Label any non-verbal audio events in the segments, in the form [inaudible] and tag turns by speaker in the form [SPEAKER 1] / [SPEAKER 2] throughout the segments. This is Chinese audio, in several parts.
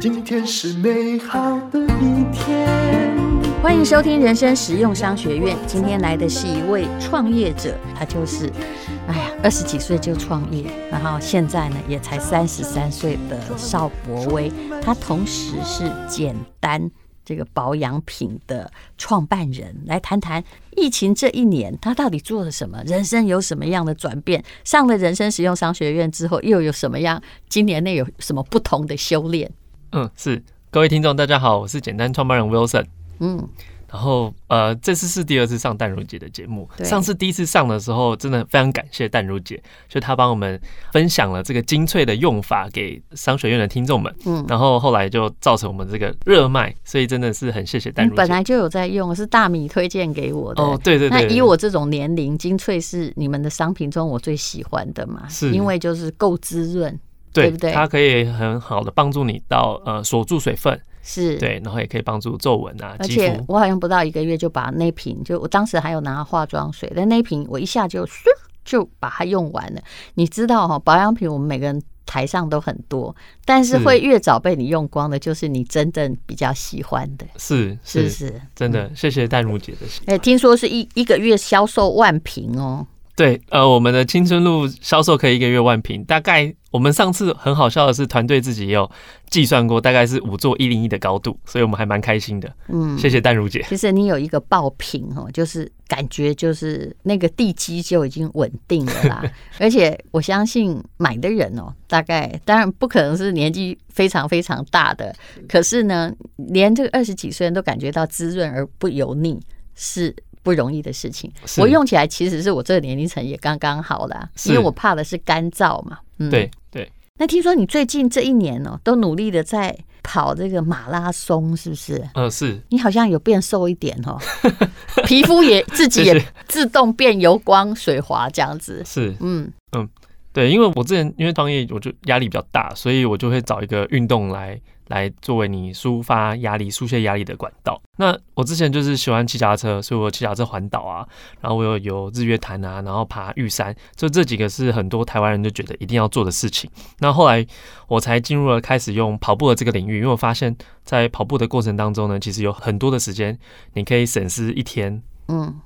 [SPEAKER 1] 今天是美好的一天。
[SPEAKER 2] 欢迎收听人生实用商学院。今天来的是一位创业者，他就是，哎呀，二十几岁就创业，然后现在呢也才三十三岁的邵博威，他同时是简单这个保养品的创办人。来谈谈疫情这一年他到底做了什么，人生有什么样的转变？上了人生实用商学院之后，又有什么样？今年内有什么不同的修炼？
[SPEAKER 3] 嗯，是各位听众，大家好，我是简单创办人 Wilson。
[SPEAKER 2] 嗯，
[SPEAKER 3] 然后呃，这次是第二次上淡如姐的节目。
[SPEAKER 2] 对
[SPEAKER 3] 上次第一次上的时候，真的非常感谢淡如姐，就她帮我们分享了这个精粹的用法给商学院的听众们。
[SPEAKER 2] 嗯
[SPEAKER 3] 然后后来就造成我们这个热卖，所以真的是很谢谢淡
[SPEAKER 2] 你
[SPEAKER 3] 如姐。
[SPEAKER 2] 嗯本来就有在用，是大米推荐给我的。
[SPEAKER 3] 哦，对对
[SPEAKER 2] 那
[SPEAKER 3] 对，
[SPEAKER 2] 以我这种年龄，精粹是你们的商品中我最喜欢的嘛？
[SPEAKER 3] 是
[SPEAKER 2] 因为就是够滋润，对
[SPEAKER 3] 对
[SPEAKER 2] 不对
[SPEAKER 3] 它可以很好的帮助你到呃锁住水分，
[SPEAKER 2] 是。
[SPEAKER 3] 对，然后也可以帮助皱纹啊、
[SPEAKER 2] 而
[SPEAKER 3] 肌
[SPEAKER 2] 且
[SPEAKER 3] 肤。
[SPEAKER 2] 我好像不到一个月就把那瓶，就我当时还有拿化妆水，但那瓶我一下就咻就把它用完了。你知道哈、保养品我们每个人台上都很多，但是
[SPEAKER 3] 是
[SPEAKER 2] 会越早被你用光的，就是你真正比较喜欢的，
[SPEAKER 3] 是
[SPEAKER 2] 是不
[SPEAKER 3] 是，
[SPEAKER 2] 是？
[SPEAKER 3] 真的谢谢淡如姐的
[SPEAKER 2] 哎、听说是一一个月销售万瓶哦，
[SPEAKER 3] 对，呃，我们的青春露销售可以一个月万瓶，大概我们上次很好笑的是，团队自己也有计算过，大概是五座一零一的高度，所以我们还蛮开心的。
[SPEAKER 2] 嗯，
[SPEAKER 3] 谢谢淡如姐，
[SPEAKER 2] 其实你有一个爆品哦，就是感觉就是那个地基就已经稳定了啦。
[SPEAKER 3] [laughs]
[SPEAKER 2] 而且我相信买的人哦，大概当然不可能是年纪非常非常大的，可是呢，连这个二十几岁人都感觉到滋润而不油腻是。不容易的事情，
[SPEAKER 3] 是
[SPEAKER 2] 我用起来其实是我这个年龄层也刚刚好啦，
[SPEAKER 3] 是
[SPEAKER 2] 因为我怕的是干燥嘛。嗯，
[SPEAKER 3] 对对，
[SPEAKER 2] 那听说你最近这一年哦，都努力的在跑这个马拉松，是不是？
[SPEAKER 3] 呃，是
[SPEAKER 2] 你好像有变瘦一点
[SPEAKER 3] [laughs]
[SPEAKER 2] 哦，皮肤也自己
[SPEAKER 3] 谢
[SPEAKER 2] 也
[SPEAKER 3] 谢
[SPEAKER 2] 自动变油光水滑这样子。
[SPEAKER 3] 是，
[SPEAKER 2] 嗯，
[SPEAKER 3] 对，因为我之前因为创业，我就压力比较大，所以我就会找一个运动来来作为你抒发压力、疏泄压力的管道。那我之前就是喜欢骑脚踏车，所以我骑脚踏车环岛啊，然后我有有日月潭啊，然后爬玉山，就这几个是很多台湾人就觉得一定要做的事情。那后来我才进入了开始用跑步的这个领域，因为我发现，在跑步的过程当中呢，其实有很多的时间你可以省思一天，
[SPEAKER 2] 嗯，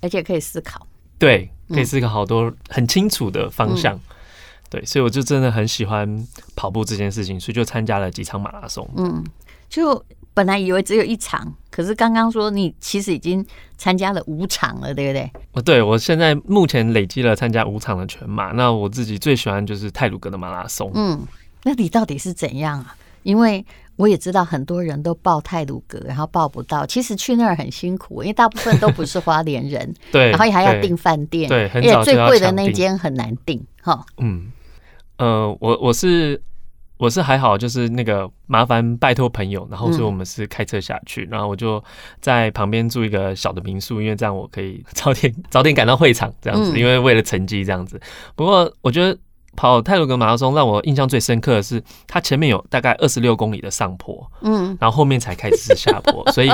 [SPEAKER 2] 而且可以思考。
[SPEAKER 3] 对，
[SPEAKER 2] 嗯
[SPEAKER 3] 可以思考好多很清楚的方向。对，所以我就真的很喜欢跑步这件事情，所以就参加了几场马拉松。
[SPEAKER 2] 嗯，就本来以为只有一场，可是刚刚说你其实已经参加了五场了，对不对？
[SPEAKER 3] 哦，对我现在目前累积了参加五场的全马，那我自己最喜欢就是泰鲁格的马拉松。
[SPEAKER 2] 嗯，那你到底是怎样啊？因为我也知道很多人都报泰鲁格，然后报不到。其实去那儿很辛苦，因为大部分都不是花莲人，
[SPEAKER 3] [laughs] 对，
[SPEAKER 2] 然后还要
[SPEAKER 3] 对
[SPEAKER 2] 订饭店，
[SPEAKER 3] 对
[SPEAKER 2] 而
[SPEAKER 3] 很
[SPEAKER 2] 且
[SPEAKER 3] 早就
[SPEAKER 2] 最
[SPEAKER 3] 要
[SPEAKER 2] 贵的
[SPEAKER 3] 抢
[SPEAKER 2] 那
[SPEAKER 3] 订
[SPEAKER 2] 间很难订哈。
[SPEAKER 3] 嗯，呃，我我是我是还好，就是那个麻烦拜托朋友，然后所以
[SPEAKER 2] 嗯
[SPEAKER 3] 我们是开车下去，然后我就在旁边住一个小的民宿，因为这样我可以 [laughs] 早点早点赶到会场，这样子，
[SPEAKER 2] 嗯
[SPEAKER 3] 因为为了成绩这样子。不过我觉得跑泰鲁格马拉松让我印象最深刻的是，它前面有大概二十六公里的上坡，
[SPEAKER 2] 嗯，
[SPEAKER 3] 然后后面才开始是下坡，所以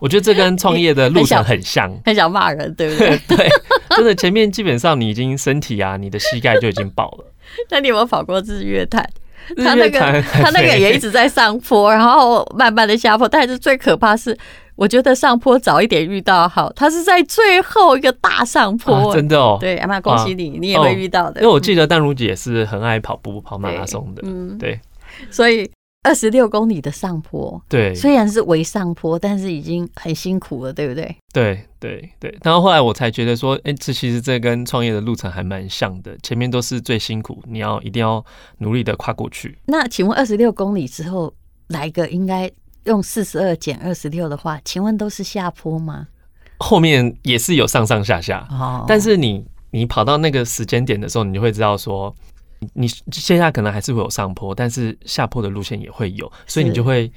[SPEAKER 3] 我觉得这跟创业的路程很像。 [laughs]
[SPEAKER 2] 很想骂人，对不对？
[SPEAKER 3] 对，真的前面基本上你已经身体啊，你的膝盖就已经爆了。
[SPEAKER 2] [laughs] 那你有没有跑过日月潭？
[SPEAKER 3] 日
[SPEAKER 2] 他那
[SPEAKER 3] 月
[SPEAKER 2] 个
[SPEAKER 3] 潭
[SPEAKER 2] 他那个也一直在上坡，然后慢慢的下坡，但是最可怕是，我觉得上坡早一点遇到好，他是在最后一个大上坡、
[SPEAKER 3] 啊、真的哦。
[SPEAKER 2] 对，阿妈恭喜你，你也会遇到的。
[SPEAKER 3] 因为我记得淡如姐也是很爱跑步、跑马拉松的，
[SPEAKER 2] 嗯，
[SPEAKER 3] 对
[SPEAKER 2] 所以二十六公里的上坡，
[SPEAKER 3] 对
[SPEAKER 2] 虽然是围上坡，但是已经很辛苦了，对不对？
[SPEAKER 3] 对对对。然后后来我才觉得说，哎、这其实这跟创业的路程还蛮像的，前面都是最辛苦，你要一定要努力的跨过去。
[SPEAKER 2] 那请问二十六公里之后来个应该用四十二减二十六的话，请问都是下坡吗？
[SPEAKER 3] 后面也是有上上下下，
[SPEAKER 2] 哦
[SPEAKER 3] 但是你你跑到那个时间点的时候，你就会知道说，
[SPEAKER 2] [laughs]
[SPEAKER 3] 你你接下来可能还是会有上坡，但是下坡的路线也会有，所以你
[SPEAKER 2] 是
[SPEAKER 3] 就会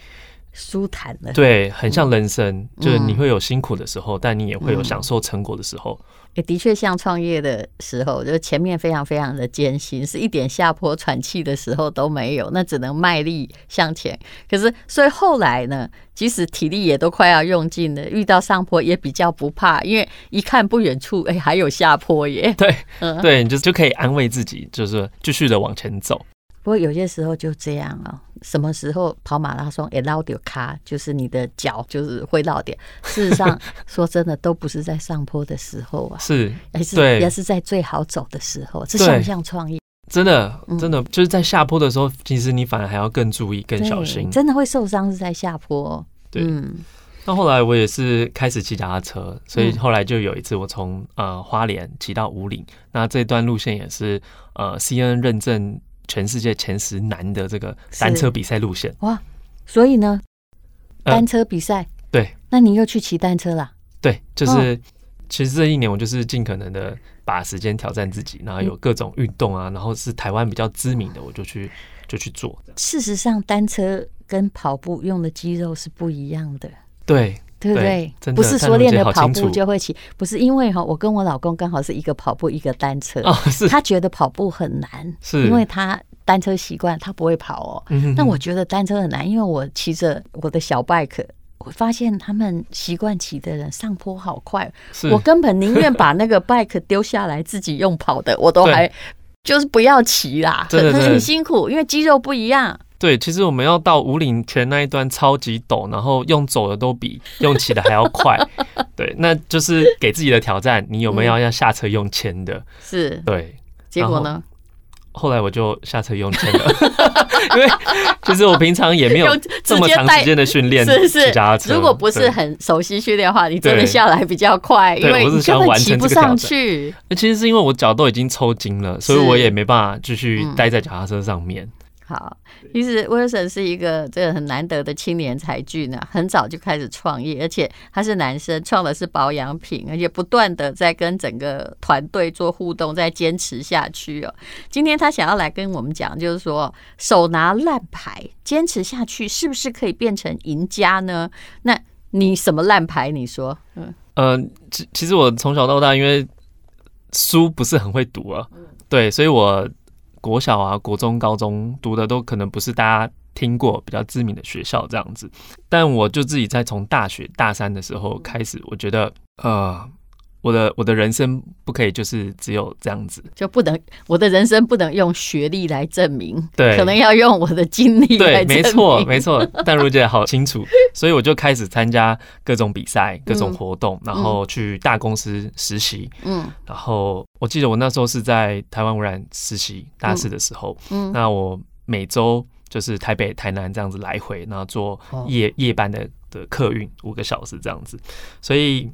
[SPEAKER 2] 舒坦了。
[SPEAKER 3] 对，很像人生，就是你
[SPEAKER 2] 嗯
[SPEAKER 3] 会有辛苦的时候，但你也会有
[SPEAKER 2] 嗯
[SPEAKER 3] 享受成果的时候。
[SPEAKER 2] 也的确像创业的时候，就前面非常非常的艰辛，是一点下坡喘气的时候都没有，那只能卖力向前。可是，所以后来呢，即使体力也都快要用尽了，遇到上坡也比较不怕，因为一看不远处，哎、还有下坡耶。
[SPEAKER 3] 对，
[SPEAKER 2] 嗯
[SPEAKER 3] 对，你就就可以安慰自己，就是继续的往前走。
[SPEAKER 2] 不过有些时候就这样哦，什么时候跑马拉松也捞掉咖，就是你的脚就是会落点。事实 [laughs] 上，说真的，都不是在上坡的时候啊，
[SPEAKER 3] 是，
[SPEAKER 2] 而是
[SPEAKER 3] 对
[SPEAKER 2] 也是在最好走的时候。这
[SPEAKER 3] 对
[SPEAKER 2] 像不像创业？
[SPEAKER 3] 真的
[SPEAKER 2] 嗯，
[SPEAKER 3] 真的、就是在下坡的时候，其实你反而还要更注意、更
[SPEAKER 2] 对
[SPEAKER 3] 小心。
[SPEAKER 2] 真的会受伤是在下坡哦。
[SPEAKER 3] 对
[SPEAKER 2] 嗯，
[SPEAKER 3] 那后来我也是开始骑脚踏车，所以
[SPEAKER 2] 嗯
[SPEAKER 3] 后来就有一次我从呃花莲骑到五岭，那这段路线也是呃 C N 认证全世界前十难的这个单
[SPEAKER 2] 是
[SPEAKER 3] 车比赛路线。
[SPEAKER 2] 所以呢，
[SPEAKER 3] 呃
[SPEAKER 2] 单车比赛，
[SPEAKER 3] 对，
[SPEAKER 2] 那你又去骑单车啦？
[SPEAKER 3] 对，就是、
[SPEAKER 2] 哦
[SPEAKER 3] 其实这一年我就是尽可能的把时间挑战自己，然后
[SPEAKER 2] 嗯
[SPEAKER 3] 有各种运动啊，然后是台湾比较知名的我就去就去做。
[SPEAKER 2] 事实上，单车跟跑步用的肌肉是不一样的。
[SPEAKER 3] 对，
[SPEAKER 2] 对不对
[SPEAKER 3] 对？真的
[SPEAKER 2] 不是说练了跑
[SPEAKER 3] 但是我觉得好清
[SPEAKER 2] 步
[SPEAKER 3] 楚
[SPEAKER 2] 就会骑，不是因为哈，我跟我老公刚好是一个跑步一个单车，
[SPEAKER 3] 哦， [laughs] 是
[SPEAKER 2] 他觉得跑步很难，
[SPEAKER 3] 是
[SPEAKER 2] 因为他单车习惯，他不会跑哦。
[SPEAKER 3] 嗯哼
[SPEAKER 2] 那
[SPEAKER 3] 哼
[SPEAKER 2] 我觉得单车很难，因为我骑着我的小 bike，我发现他们习惯骑的人上坡好快，哦
[SPEAKER 3] 是
[SPEAKER 2] 我根本宁愿把那个 bike 丢下来自己用跑的，我都还就是不要骑啦，
[SPEAKER 3] 真的
[SPEAKER 2] 很
[SPEAKER 3] 真的
[SPEAKER 2] 很辛苦，因为肌肉不一样。
[SPEAKER 3] 对，其实我们要到五岭泉那一段超级陡，然后用走的都比用骑的还要快。对，那就是给自己的挑战，你有没
[SPEAKER 2] 嗯
[SPEAKER 3] 有要下车用牵的？
[SPEAKER 2] 是，
[SPEAKER 3] 对，
[SPEAKER 2] 结果呢？
[SPEAKER 3] 后来我就下车用
[SPEAKER 2] [laughs]
[SPEAKER 3] 牵了，因为其实我平常也没有
[SPEAKER 2] 用直接
[SPEAKER 3] 这么长
[SPEAKER 2] 带
[SPEAKER 3] 时间的训练
[SPEAKER 2] 是
[SPEAKER 3] 骑脚踏
[SPEAKER 2] 是，
[SPEAKER 3] 车，
[SPEAKER 2] 如果不是
[SPEAKER 3] 对
[SPEAKER 2] 很熟悉训练的话，你真的
[SPEAKER 3] 对
[SPEAKER 2] 下来比较快，因
[SPEAKER 3] 对
[SPEAKER 2] 为
[SPEAKER 3] 我是
[SPEAKER 2] 你根
[SPEAKER 3] 想
[SPEAKER 2] 本
[SPEAKER 3] 完
[SPEAKER 2] 骑
[SPEAKER 3] 成
[SPEAKER 2] 不
[SPEAKER 3] 这个挑
[SPEAKER 2] 上
[SPEAKER 3] 战
[SPEAKER 2] 去。
[SPEAKER 3] 其实是因为我脚都已经抽筋了，所以
[SPEAKER 2] 是
[SPEAKER 3] 我也没办法继续
[SPEAKER 2] 嗯
[SPEAKER 3] 待在脚踏车上面。
[SPEAKER 2] 好，其实 Wilson 是一个这个很难得的青年才俊呢，很早就开始创业，而且他是男生，创的是保养品，而且不断的在跟整个团队做互动，在坚持下去哦。今天他想要来跟我们讲，就是说手拿烂牌，坚持下去是不是可以变成赢家呢？那你什么烂牌？你说，嗯，
[SPEAKER 3] 呃，其其实我从小到大，因为书不是很会读啊，
[SPEAKER 2] 嗯
[SPEAKER 3] 对，所以我国小啊、国中、高中读的都可能不是大家听过比较知名的学校这样子。但我就自己在从大学大三的时
[SPEAKER 2] 嗯
[SPEAKER 3] 候开始，我觉得呃，我的我的人生不可以就是只有这样子，
[SPEAKER 2] 就不能我的人生不能用学历来证明，
[SPEAKER 3] 对
[SPEAKER 2] 可能要用我的经历来
[SPEAKER 3] 对，
[SPEAKER 2] 证明，
[SPEAKER 3] 没错，没错。但如姐好清楚，所以我就开始参加各种比赛、各种活动，然后去大公司实习。
[SPEAKER 2] 嗯
[SPEAKER 3] 然后我记得我那时候是在台湾污染实习大四的时候，
[SPEAKER 2] 嗯。
[SPEAKER 3] 那我每周就是台北、台南这样子来回，然后做
[SPEAKER 2] 哦
[SPEAKER 3] 夜、夜班的的客运五个小时这样子，所以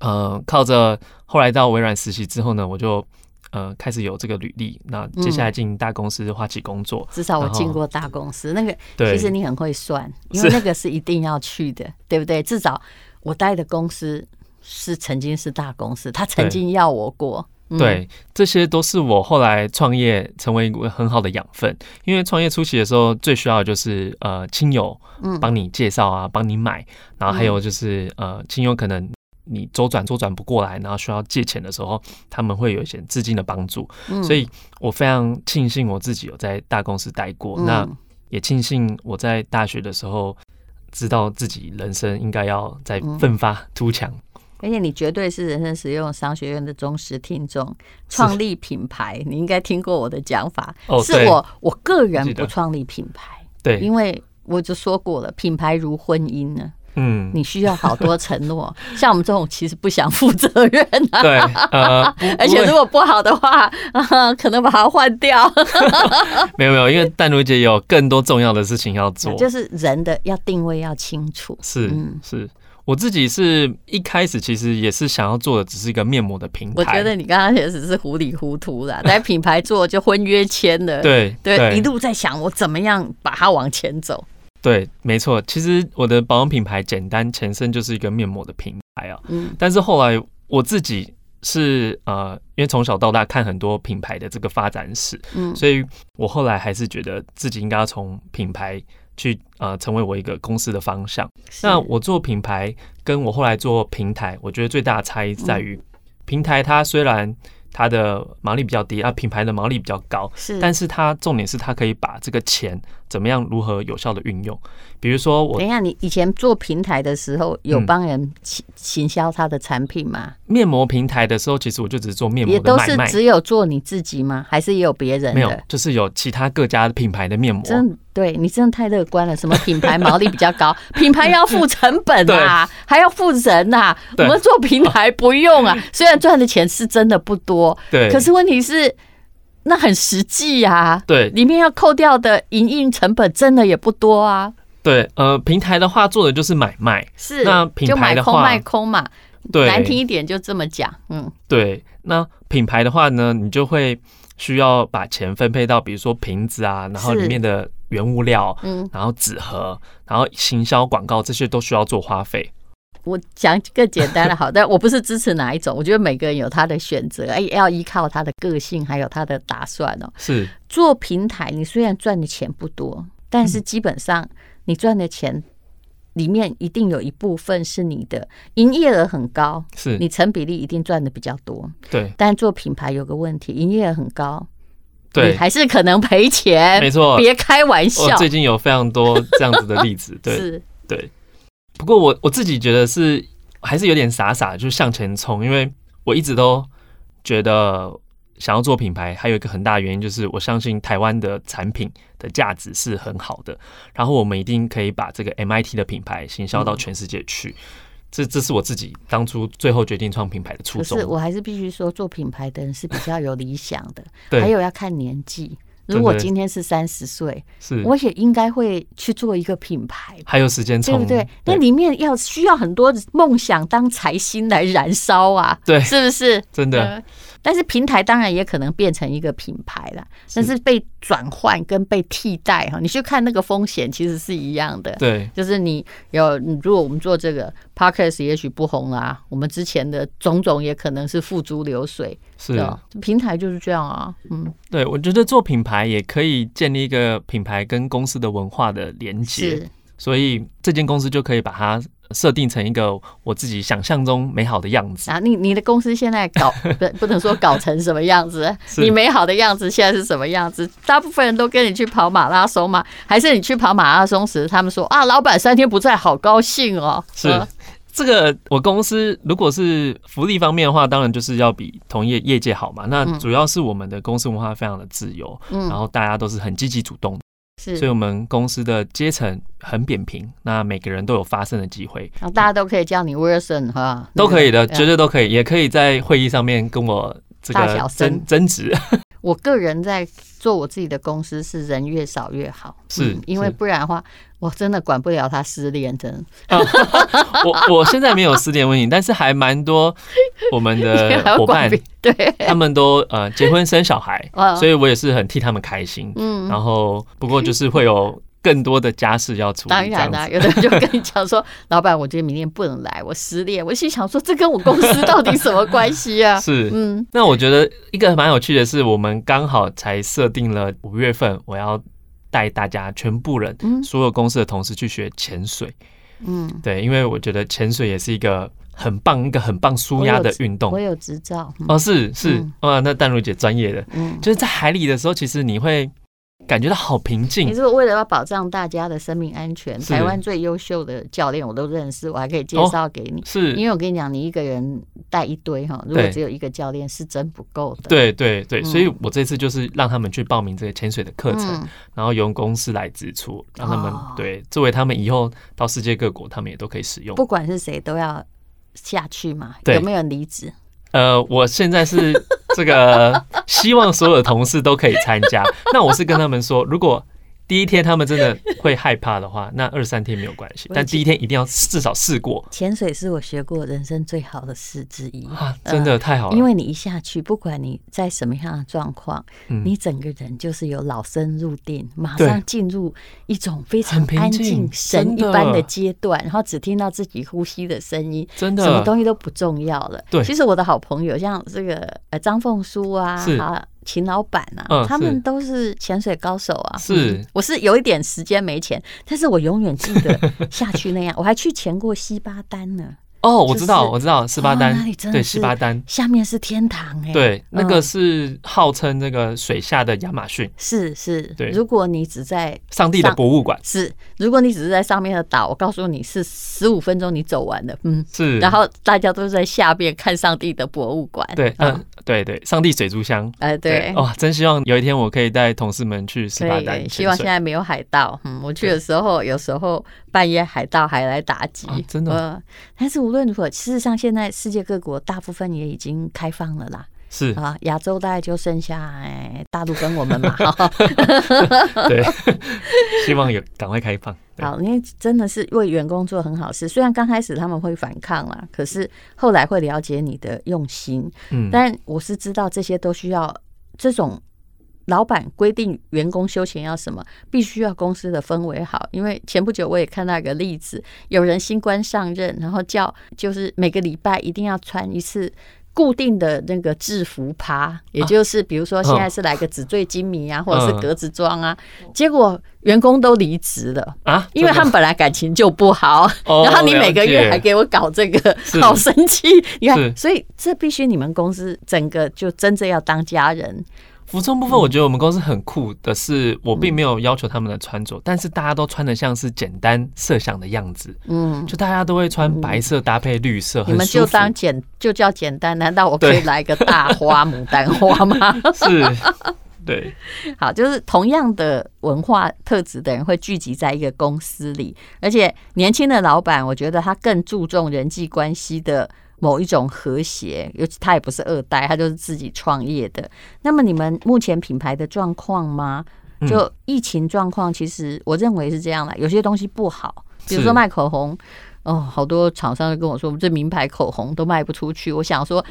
[SPEAKER 3] 呃，靠着后来到微软实习之后呢，我就呃开始有这个履历，那接
[SPEAKER 2] 嗯
[SPEAKER 3] 下来进大公司花旗工作，
[SPEAKER 2] 至少我
[SPEAKER 3] 然后
[SPEAKER 2] 进过大公司，那个
[SPEAKER 3] 对，
[SPEAKER 2] 其实你很会
[SPEAKER 3] [laughs]
[SPEAKER 2] 算，因为
[SPEAKER 3] 是
[SPEAKER 2] 那个是一定要去的，对不对？至少我待的公司是曾经是大公司，他曾经要我过。嗯，
[SPEAKER 3] 对，这些都是我后来创业成为一个很好的养分。因为创业初期的时候，最需要的就是呃亲友
[SPEAKER 2] 嗯
[SPEAKER 3] 帮你介绍啊，帮你买，然后
[SPEAKER 2] 嗯
[SPEAKER 3] 还有就是呃亲友可能你周转周转不过来，然后需要借钱的时候，他们会有一些资金的帮助。
[SPEAKER 2] 嗯
[SPEAKER 3] 所以我非常庆幸我自己有在大公司待过，那
[SPEAKER 2] 嗯
[SPEAKER 3] 也庆幸我在大学的时候知道自己人生应该要再
[SPEAKER 2] 嗯
[SPEAKER 3] 奋发图强。
[SPEAKER 2] 而且你绝对是人生实用商学院的忠实听众，创立品牌，你应该听过我的讲法，
[SPEAKER 3] 哦
[SPEAKER 2] 是
[SPEAKER 3] 对
[SPEAKER 2] 我我个人
[SPEAKER 3] 记得
[SPEAKER 2] 不创立品牌，
[SPEAKER 3] 对
[SPEAKER 2] 因，为我就说过了，品牌如婚姻呢，
[SPEAKER 3] 嗯，
[SPEAKER 2] 你需要好多承诺， [laughs] 像我们这种其实不想负责任啊。
[SPEAKER 3] 对，
[SPEAKER 2] [laughs]
[SPEAKER 3] 呃，不
[SPEAKER 2] 而且如果不好的话， [laughs] 啊，可能把它换
[SPEAKER 3] [laughs]
[SPEAKER 2] 掉。
[SPEAKER 3] 没有没有，因为淡如姐有更多重要的事情要做，
[SPEAKER 2] 就是人的要定位要清楚，
[SPEAKER 3] 是
[SPEAKER 2] 嗯
[SPEAKER 3] 是。我自己是一开始其实也是想要做的，只是一个面膜的平台。
[SPEAKER 2] 我觉得你刚刚也只是糊里糊涂
[SPEAKER 3] [laughs]
[SPEAKER 2] 啦，在品牌做就婚约签了，
[SPEAKER 3] 对
[SPEAKER 2] 对，一路在想我怎么样把它往前走。
[SPEAKER 3] 对，没错。其实我的保养品牌简单前身就是一个面膜的品牌啊，
[SPEAKER 2] 嗯
[SPEAKER 3] 但是后来我自己是呃，因为从小到大看很多品牌的这个发展史，
[SPEAKER 2] 嗯
[SPEAKER 3] 所以我后来还是觉得自己应该要从品牌去呃成为我一个公司的方向。
[SPEAKER 2] 是
[SPEAKER 3] 那我做品牌，跟我后来做平台，我觉得最大的差异在于，
[SPEAKER 2] 嗯
[SPEAKER 3] 平台它虽然它的毛利比较低，啊，品牌的毛利比较高，
[SPEAKER 2] 是，
[SPEAKER 3] 但是它重点是它可以把这个钱怎么样如何有效的运用。比如说我
[SPEAKER 2] 等一下，你以前做平台的时候，有
[SPEAKER 3] 嗯
[SPEAKER 2] 帮人行行销他的产品吗？
[SPEAKER 3] 面膜平台的时候，其实我就只是做面膜
[SPEAKER 2] 也
[SPEAKER 3] 的
[SPEAKER 2] 都
[SPEAKER 3] 买
[SPEAKER 2] 是
[SPEAKER 3] 卖，
[SPEAKER 2] 只有做你自己吗？还是也有别人
[SPEAKER 3] 没有
[SPEAKER 2] 的？，
[SPEAKER 3] 就是有其他各家品牌的面膜。
[SPEAKER 2] 真对你真的太乐观了，什么品牌毛利比较高？ [laughs] 品牌要付成本啊，还要付人呐、啊。我
[SPEAKER 3] 对
[SPEAKER 2] 们做平台不用啊，虽然赚的钱是真的不多，
[SPEAKER 3] 对，
[SPEAKER 2] 可是问题是那很实际啊。
[SPEAKER 3] 对
[SPEAKER 2] 里面要扣掉的营运成本真的也不多啊。
[SPEAKER 3] 对，呃，平台的话做的就是买卖，
[SPEAKER 2] 是，
[SPEAKER 3] 那品
[SPEAKER 2] 就
[SPEAKER 3] 牌
[SPEAKER 2] 买
[SPEAKER 3] 的
[SPEAKER 2] 空
[SPEAKER 3] 话
[SPEAKER 2] 卖空嘛，
[SPEAKER 3] 对，
[SPEAKER 2] 难听一点就这么讲，嗯，
[SPEAKER 3] 对，那品牌的话呢，你就会需要把钱分配到，比如说瓶子啊，然后
[SPEAKER 2] 是
[SPEAKER 3] 里面的原物料，
[SPEAKER 2] 嗯，
[SPEAKER 3] 然后纸盒，然后行销广告这些都需要做花费。
[SPEAKER 2] 我讲更简单的
[SPEAKER 3] [laughs]
[SPEAKER 2] 好，但我不是支持哪一种，我觉得每个人有他的选择，哎，要依靠他的个性还有他的打算哦。
[SPEAKER 3] 是
[SPEAKER 2] 做平台，你虽然赚的钱不多，但
[SPEAKER 3] 嗯
[SPEAKER 2] 是基本上你赚的钱里面一定有一部分是你的营业额很高，
[SPEAKER 3] 是，
[SPEAKER 2] 你成比例一定赚的比较多。
[SPEAKER 3] 对
[SPEAKER 2] 但做品牌有个问题，营业额很高，你
[SPEAKER 3] 对，
[SPEAKER 2] 还是可能赔钱，
[SPEAKER 3] 没错。
[SPEAKER 2] 别开玩
[SPEAKER 3] 我
[SPEAKER 2] 笑，
[SPEAKER 3] 最近有非常多这样子的例
[SPEAKER 2] [laughs]
[SPEAKER 3] 子，对，
[SPEAKER 2] 是
[SPEAKER 3] 对，不过我我自己觉得是还是有点傻傻，就向前冲，因为我一直都觉得想要做品牌，还有一个很大的原因就是我相信台湾的产品的价值是很好的，然后我们一定可以把
[SPEAKER 2] 嗯
[SPEAKER 3] 这个 MIT 的品牌行销到全世界去。这这是我自己当初最后决定创品牌的初
[SPEAKER 2] 可
[SPEAKER 3] 衷
[SPEAKER 2] 是。我还是必须说，做品牌的人是比较有理想的，
[SPEAKER 3] 对
[SPEAKER 2] 还有要看年纪。
[SPEAKER 3] 真的
[SPEAKER 2] 如果今天是三十岁，
[SPEAKER 3] 是
[SPEAKER 2] 我也应该会去做一个品牌吧，
[SPEAKER 3] 还有时间
[SPEAKER 2] 对
[SPEAKER 3] 冲，
[SPEAKER 2] 不对？那里面要需要很多梦想当财星来燃烧啊，
[SPEAKER 3] 对
[SPEAKER 2] 是不是？
[SPEAKER 3] 真的
[SPEAKER 2] 呃但是平台当然也可能变成一个品牌啦，但是被转换跟被替代哈，你去看那个风险其实是一样的。
[SPEAKER 3] 对
[SPEAKER 2] 就是你有，你如果我们做这个 podcast，也许不红啦、我们之前的种种也可能是付诸流水，
[SPEAKER 3] 是。
[SPEAKER 2] 吧？平台就是这样啊，嗯，
[SPEAKER 3] 对，我觉得做品牌也可以建立一个品牌跟公司的文化的连接，
[SPEAKER 2] 是
[SPEAKER 3] 所以这间公司就可以把它设定成一个我自己想象中美好的样子。
[SPEAKER 2] 啊。你你的公司现在
[SPEAKER 3] [laughs]
[SPEAKER 2] 搞不不能说搞成什么样子，
[SPEAKER 3] 是
[SPEAKER 2] 你美好的样子现在是什么样子？大部分人都跟你去跑马拉松嘛，还是你去跑马拉松时，他们说啊，老板三天不在，好高兴哦。
[SPEAKER 3] 是、
[SPEAKER 2] 呃
[SPEAKER 3] 这个，我公司如果是福利方面的话，当然就是要比同业业界好嘛。那
[SPEAKER 2] 嗯
[SPEAKER 3] 主要是我们的公司文化非常的自由，然
[SPEAKER 2] 嗯，
[SPEAKER 3] 后大家都是很积极主动的，所以
[SPEAKER 2] 是，
[SPEAKER 3] 我们公司的阶层很扁平，那每个人都有发声的机会。
[SPEAKER 2] 然后大家都可以叫你 Wilson 哈，
[SPEAKER 3] 都可以的，
[SPEAKER 2] 嗯对啊
[SPEAKER 3] 绝对都可以，也可以在会议上面跟我这
[SPEAKER 2] 大小
[SPEAKER 3] 个
[SPEAKER 2] 声
[SPEAKER 3] 争争执。
[SPEAKER 2] 我个人在做我自己的公司是人越少越好，嗯
[SPEAKER 3] 是
[SPEAKER 2] 因为
[SPEAKER 3] 是
[SPEAKER 2] 不然的话，我真的管不了他失恋，真的。
[SPEAKER 3] 我我现在没有失恋问题，但是还蛮多我们
[SPEAKER 2] [laughs] 你还
[SPEAKER 3] 的
[SPEAKER 2] 要
[SPEAKER 3] 呃伙
[SPEAKER 2] 管
[SPEAKER 3] 伴，
[SPEAKER 2] 别对，
[SPEAKER 3] [laughs] 他们都呃结婚生小
[SPEAKER 2] [laughs]
[SPEAKER 3] 孩
[SPEAKER 2] 嗯，
[SPEAKER 3] 所以我也是很替他们开心。
[SPEAKER 2] 嗯，
[SPEAKER 3] 然后不过就是会有更多的家事要处
[SPEAKER 2] [laughs]
[SPEAKER 3] 理，
[SPEAKER 2] 当
[SPEAKER 3] 这
[SPEAKER 2] 然
[SPEAKER 3] 样
[SPEAKER 2] 啦、
[SPEAKER 3] 子。
[SPEAKER 2] 有的人就跟你讲说， [laughs] 老板，我今天明天不能来，我失恋。我心想说，这跟我公司到底什么关系啊？
[SPEAKER 3] [laughs] 是，
[SPEAKER 2] 嗯，
[SPEAKER 3] 那我觉得一个蛮有趣的是，我们刚好才设定了五月份，我要带大家全部人、
[SPEAKER 2] 嗯
[SPEAKER 3] 所有公司的同事去学潜水。
[SPEAKER 2] 嗯，
[SPEAKER 3] 对，因为我觉得潜水也是一个很棒、一个很棒舒
[SPEAKER 2] 我
[SPEAKER 3] 压
[SPEAKER 2] 有
[SPEAKER 3] 的
[SPEAKER 2] 执
[SPEAKER 3] 运动
[SPEAKER 2] 我。有执照，嗯
[SPEAKER 3] 哦，是是
[SPEAKER 2] 嗯，
[SPEAKER 3] 哇，那淡如姐专业的，
[SPEAKER 2] 嗯。
[SPEAKER 3] 就是在海里的时候，其实你会感觉到好平
[SPEAKER 2] 你
[SPEAKER 3] 静。
[SPEAKER 2] 如果为了要保障大家的生命安全，
[SPEAKER 3] 嗯是
[SPEAKER 2] 台湾最优秀的教练我都认识，我还可以介
[SPEAKER 3] 哦
[SPEAKER 2] 绍给你。因
[SPEAKER 3] 是，
[SPEAKER 2] 为我跟你讲，你一个人带一堆哈，如果
[SPEAKER 3] 对
[SPEAKER 2] 只有一个教练是真不够的。
[SPEAKER 3] 对对对，
[SPEAKER 2] 嗯
[SPEAKER 3] 所以我这次就是让他们去报名这个潜水的课程，
[SPEAKER 2] 嗯，
[SPEAKER 3] 然后由公司来支出，让他们、
[SPEAKER 2] 哦
[SPEAKER 3] 对作为他们以后到世界各国，他们也都可以使用
[SPEAKER 2] 不。管是谁都要下去嘛。
[SPEAKER 3] 对
[SPEAKER 2] 有没有人离职？
[SPEAKER 3] 呃，我现
[SPEAKER 2] [laughs]
[SPEAKER 3] 在是这个希望所有的同事都可以参加。那我是跟他们说，如果第一天他们真的会害怕的话，那二三天没有关系，
[SPEAKER 2] 我也
[SPEAKER 3] 但
[SPEAKER 2] 觉
[SPEAKER 3] 第一天一定要至少试过
[SPEAKER 2] 潜水是我学过人生最好的事之一。
[SPEAKER 3] 啊！真的太好
[SPEAKER 2] 嗯
[SPEAKER 3] 了，
[SPEAKER 2] 因为你一下去，不管你在什么样的状况，
[SPEAKER 3] 嗯
[SPEAKER 2] 你整个人就是有老僧入定，马
[SPEAKER 3] 对
[SPEAKER 2] 上进入一种非常
[SPEAKER 3] 很平
[SPEAKER 2] 安
[SPEAKER 3] 静
[SPEAKER 2] 静、神
[SPEAKER 3] 真
[SPEAKER 2] 一
[SPEAKER 3] 的
[SPEAKER 2] 般的阶段，然后只听到自己呼吸的声音，
[SPEAKER 3] 真的
[SPEAKER 2] 什么东西都不重要了。
[SPEAKER 3] 对
[SPEAKER 2] 其实我的好朋友像这个呃张凤书啊，
[SPEAKER 3] 是
[SPEAKER 2] 啊秦老板啊，
[SPEAKER 3] 嗯
[SPEAKER 2] 他
[SPEAKER 3] 是
[SPEAKER 2] 们都是潜水高手啊。
[SPEAKER 3] 是
[SPEAKER 2] 嗯我是有一点时间没钱，但是我永远记得下去那样。 [laughs] 我还去潜过西巴丹呢，
[SPEAKER 3] 哦，我
[SPEAKER 2] 就
[SPEAKER 3] 知道，
[SPEAKER 2] 是啊
[SPEAKER 3] 我知道，斯巴丹
[SPEAKER 2] 哦那里，真的
[SPEAKER 3] 对，
[SPEAKER 2] 是
[SPEAKER 3] 斯巴丹，
[SPEAKER 2] 下面是天堂哎、
[SPEAKER 3] 对，那个
[SPEAKER 2] 嗯
[SPEAKER 3] 是号称那个水下的亚马逊，
[SPEAKER 2] 是是，
[SPEAKER 3] 对
[SPEAKER 2] 如果你只在
[SPEAKER 3] 上帝的
[SPEAKER 2] 上
[SPEAKER 3] 博物馆
[SPEAKER 2] 是，如果你只是在上面的岛，我告诉你是十五分钟你走完的，嗯。
[SPEAKER 3] 是，
[SPEAKER 2] 然后大家都在下面看上帝的博物馆。
[SPEAKER 3] 对，
[SPEAKER 2] 嗯
[SPEAKER 3] 嗯，，对对，上帝水族箱。
[SPEAKER 2] 呃，对，
[SPEAKER 3] 哦，真希望有一天我可以带同事们去斯巴丹
[SPEAKER 2] 对，
[SPEAKER 3] 潜
[SPEAKER 2] 希望
[SPEAKER 3] 水
[SPEAKER 2] 现在没有海盗。嗯，我去的时候，有时候半夜海盗还来打击、
[SPEAKER 3] 啊真的
[SPEAKER 2] 呃，但是无论如何，事实上现在世界各国大部分也已经开放了啦。
[SPEAKER 3] 是
[SPEAKER 2] 啊，亚洲大概就剩下哎大陆跟我们
[SPEAKER 3] [laughs]
[SPEAKER 2] 嘛。哈
[SPEAKER 3] 对， [laughs] 希望有赶快开放。对
[SPEAKER 2] 好，因为真的是为员工做很好事，虽然刚开始他们会反抗啦，可是后来会了解你的用心。
[SPEAKER 3] 嗯，
[SPEAKER 2] 但我是知道这些都需要这种老板规定员工休闲要什么，必须要公司的氛围好。因为前不久我也看到一个例子，有人新官上任，然后叫就是每个礼拜一定要穿一次。固定的那个制服
[SPEAKER 3] 啊
[SPEAKER 2] 趴，也就是比如说现在是来个纸醉金迷啊，或者
[SPEAKER 3] 嗯
[SPEAKER 2] 是格子装啊，结果员工都离职了，
[SPEAKER 3] 啊，
[SPEAKER 2] 因为他
[SPEAKER 3] 真的
[SPEAKER 2] 们本来感情就不好，
[SPEAKER 3] 哦
[SPEAKER 2] 然后你每个
[SPEAKER 3] 了
[SPEAKER 2] 月
[SPEAKER 3] 解
[SPEAKER 2] 还给我搞这个，
[SPEAKER 3] 是
[SPEAKER 2] 好生气！你
[SPEAKER 3] 是
[SPEAKER 2] 看，所以这必须你们公司整个就真正要当家人，
[SPEAKER 3] 服装部分，
[SPEAKER 2] 嗯
[SPEAKER 3] 我觉得我们公司很酷的是，我并没有要求他们的穿着，但是大家都穿的像是简单设想的样子，
[SPEAKER 2] 嗯，
[SPEAKER 3] 就大家都会穿白色搭配绿色，
[SPEAKER 2] 你
[SPEAKER 3] 很
[SPEAKER 2] 们
[SPEAKER 3] 舒
[SPEAKER 2] 就
[SPEAKER 3] 服。
[SPEAKER 2] 当简就叫简单，难道我可以
[SPEAKER 3] 对
[SPEAKER 2] 来个大花牡丹花吗？ [laughs]
[SPEAKER 3] 是，对，
[SPEAKER 2] 好，就是同样的文化特质的人会聚集在一个公司里，而且年轻的老板，我觉得他更注重人际关系的某一种和谐，尤其他也不是二代，他就是自己创业的。那么你们目前品牌的状况吗？
[SPEAKER 3] 嗯
[SPEAKER 2] 就疫情状况，其实我认为是这样的，有些东西不好，比如
[SPEAKER 3] 是
[SPEAKER 2] 说卖口红，哦，好多厂商就跟我说，我们这名牌口红都卖不出去。我想说，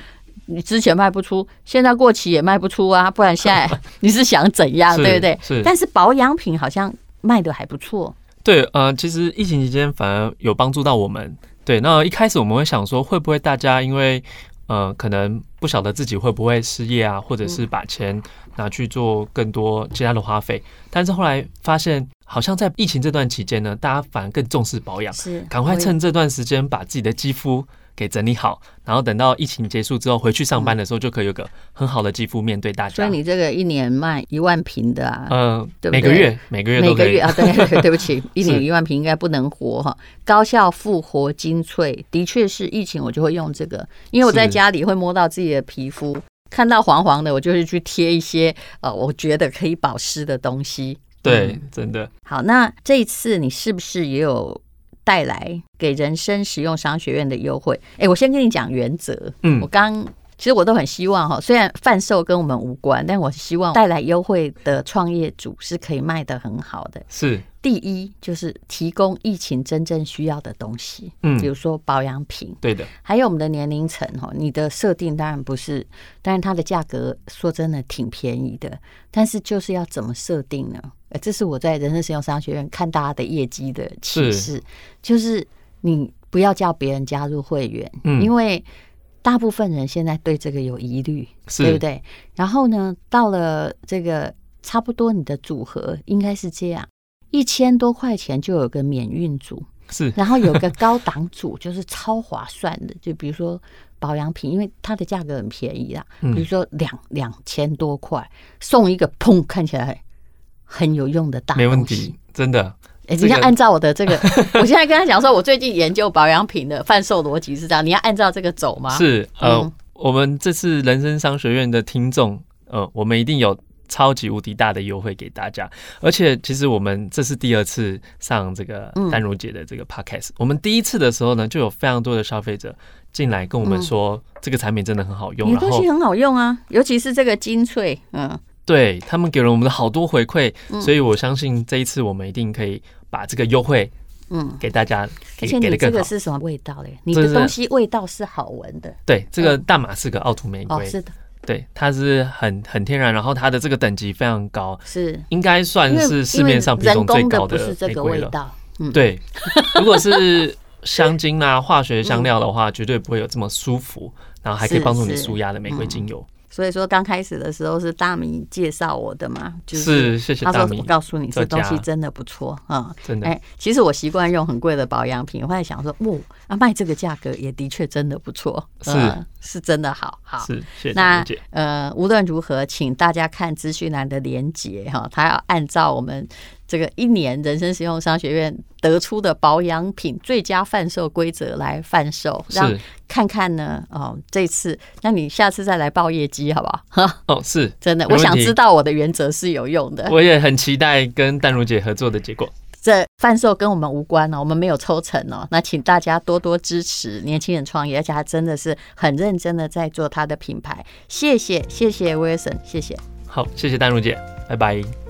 [SPEAKER 2] 你之前卖不出，现在过期也卖不出啊，不然现
[SPEAKER 3] [laughs]
[SPEAKER 2] 在你是想怎样，
[SPEAKER 3] 是
[SPEAKER 2] 啊对不对？
[SPEAKER 3] 是
[SPEAKER 2] 但是保养品好像卖的还不错，
[SPEAKER 3] 对，呃，其实疫情期间反而有帮助到我们。对，那一开始我们会想说，会不会大家因为呃，可能不晓得自己会不会失业啊，或者
[SPEAKER 2] 嗯
[SPEAKER 3] 是把钱拿去做更多其他的花费，但是后来发现，好像在疫情这段期间呢，大家反而更重视保养，
[SPEAKER 2] 是
[SPEAKER 3] 赶快趁这段时间把自己的肌肤给整理好，然后等到疫情结束之后回去上班的时候，就可以有个很好的肌肤面对大
[SPEAKER 2] 所
[SPEAKER 3] 家
[SPEAKER 2] 以。你这个一年卖一万瓶的啊，
[SPEAKER 3] 嗯、
[SPEAKER 2] 对不
[SPEAKER 3] 每个
[SPEAKER 2] 对
[SPEAKER 3] 月每个月
[SPEAKER 2] 每
[SPEAKER 3] 都
[SPEAKER 2] 个
[SPEAKER 3] 可以
[SPEAKER 2] 月，啊，对 [laughs] 对对不
[SPEAKER 3] [laughs]
[SPEAKER 2] 起，一年一万瓶应该不能活哈。高效复活精粹的确是疫情，我就会用这个，因为我在
[SPEAKER 3] 是
[SPEAKER 2] 家里会摸到自己的皮肤，看到黄黄的，我就是去贴一些呃，我觉得可以保湿的东西。
[SPEAKER 3] 对
[SPEAKER 2] 嗯，
[SPEAKER 3] 真的。
[SPEAKER 2] 好，那这一次你是不是也有带来给人生实用商学院的优惠？哎，我先跟你讲原则，
[SPEAKER 3] 嗯
[SPEAKER 2] 我刚。其实我都很希望哈，虽然贩售跟我们无关，但我希望带来优惠的创业主是可以卖得很好的。
[SPEAKER 3] 是，
[SPEAKER 2] 第一就是提供疫情真正需要的东西，
[SPEAKER 3] 嗯
[SPEAKER 2] 比，如说保养品，
[SPEAKER 3] 对的，
[SPEAKER 2] 还有我们的年龄层哦。你的设定当然不是，但是它的价格说真的挺便宜的，但是就是要怎么设定呢？呃，这是我在人生实用商学院看大家的业绩的启
[SPEAKER 3] 是
[SPEAKER 2] 示，就是你不要叫别人加入会员，
[SPEAKER 3] 嗯
[SPEAKER 2] 因为大部分人现在对这个有疑虑，
[SPEAKER 3] 是
[SPEAKER 2] 对不对？然后呢，到了这个差不多你的组合应该是这样，一千多块钱就有个免运组，
[SPEAKER 3] 是
[SPEAKER 2] 然后有个高档组就是超划算的，就比如说保养品，因为它的价格很便宜啦，
[SPEAKER 3] 嗯
[SPEAKER 2] 比如说两两千多块送一个，砰，看起来很有用的大
[SPEAKER 3] 没问
[SPEAKER 2] 东西
[SPEAKER 3] 题。，真的。
[SPEAKER 2] 哎、
[SPEAKER 3] 这
[SPEAKER 2] 你要
[SPEAKER 3] 个
[SPEAKER 2] 按照我的这个，我现在跟他讲说，我最近研究保养品的贩售逻辑是这样，你要按照这个走吗？
[SPEAKER 3] 是呃，
[SPEAKER 2] 嗯
[SPEAKER 3] 我们这次人生商学院的听众，呃，我们一定有超级无敌大的优惠给大家。而且，其实我们这是第二次上这个
[SPEAKER 2] 嗯
[SPEAKER 3] 丹如姐的这个 podcast、我们第一次的时候呢，就有非常多的消费者进来跟我们说，
[SPEAKER 2] 嗯
[SPEAKER 3] 这个产品真的很好用，
[SPEAKER 2] 你的
[SPEAKER 3] 然
[SPEAKER 2] 东
[SPEAKER 3] 后
[SPEAKER 2] 西很好用啊，尤其是这个精粹，嗯，
[SPEAKER 3] 对他们给了我们的好多回馈，所以我相信这一次我们一定可以把这个优惠，
[SPEAKER 2] 嗯，
[SPEAKER 3] 给大家
[SPEAKER 2] 而
[SPEAKER 3] 给
[SPEAKER 2] 且
[SPEAKER 3] 给
[SPEAKER 2] 你
[SPEAKER 3] 的
[SPEAKER 2] 这
[SPEAKER 3] 更
[SPEAKER 2] 个
[SPEAKER 3] 好。
[SPEAKER 2] 是什么味道嘞？你
[SPEAKER 3] 这
[SPEAKER 2] 的
[SPEAKER 3] 是
[SPEAKER 2] 东西味道是好闻的
[SPEAKER 3] 对，这个大马士革奥图玫
[SPEAKER 2] 嗯哦，
[SPEAKER 3] 瑰，
[SPEAKER 2] 是的，
[SPEAKER 3] 对，它是很很天然，然后它的这个等级非常高，
[SPEAKER 2] 是，
[SPEAKER 3] 应该算
[SPEAKER 2] 因为
[SPEAKER 3] 是市面上
[SPEAKER 2] 因
[SPEAKER 3] 比
[SPEAKER 2] 为人
[SPEAKER 3] 重最
[SPEAKER 2] 工的
[SPEAKER 3] 高
[SPEAKER 2] 不是这
[SPEAKER 3] 玫
[SPEAKER 2] 个
[SPEAKER 3] 瑰
[SPEAKER 2] 味
[SPEAKER 3] 了。
[SPEAKER 2] 道，嗯，
[SPEAKER 3] 对，如果是
[SPEAKER 2] [laughs]
[SPEAKER 3] 香精啊、化学香料的话，绝对不会有这么舒服，然后还可以
[SPEAKER 2] 是
[SPEAKER 3] 帮助你
[SPEAKER 2] 是
[SPEAKER 3] 舒压的玫瑰精油。
[SPEAKER 2] 所以说刚开始的时候是大米介绍我的嘛，就是
[SPEAKER 3] 谢谢
[SPEAKER 2] 他
[SPEAKER 3] 大
[SPEAKER 2] 说我
[SPEAKER 3] 米，
[SPEAKER 2] 告诉你这
[SPEAKER 3] 作
[SPEAKER 2] 东西
[SPEAKER 3] 家
[SPEAKER 2] 真的不错啊。
[SPEAKER 3] 真的
[SPEAKER 2] 哎、其实我习惯用很贵的保养品，我后来想说，哦，啊，卖这个价格也的确真的不错，
[SPEAKER 3] 是
[SPEAKER 2] 呃是真的好好。
[SPEAKER 3] 是谢谢大
[SPEAKER 2] 那
[SPEAKER 3] 米姐，
[SPEAKER 2] 呃，无论如何，请大家看资讯栏的连结哈，它要按照我们这个一年人生实用商学院得出的保养品最佳贩售规则来贩售，让
[SPEAKER 3] 是
[SPEAKER 2] 看看呢哦，这次，那你下次再来报业绩好不好？ [laughs]
[SPEAKER 3] 哦是，
[SPEAKER 2] 真的，
[SPEAKER 3] 没
[SPEAKER 2] 我
[SPEAKER 3] 问题
[SPEAKER 2] 想知道我的原则是有用的。
[SPEAKER 3] 我也很期待跟淡如姐合作的结果。
[SPEAKER 2] 这贩售跟我们无关哦，我们没有抽成哦。那请大家多多支持年轻人创业，而且他真的是很认真的在做他的品牌。谢谢，谢谢 Wilson，谢谢。
[SPEAKER 3] 好，谢谢淡如姐，拜拜。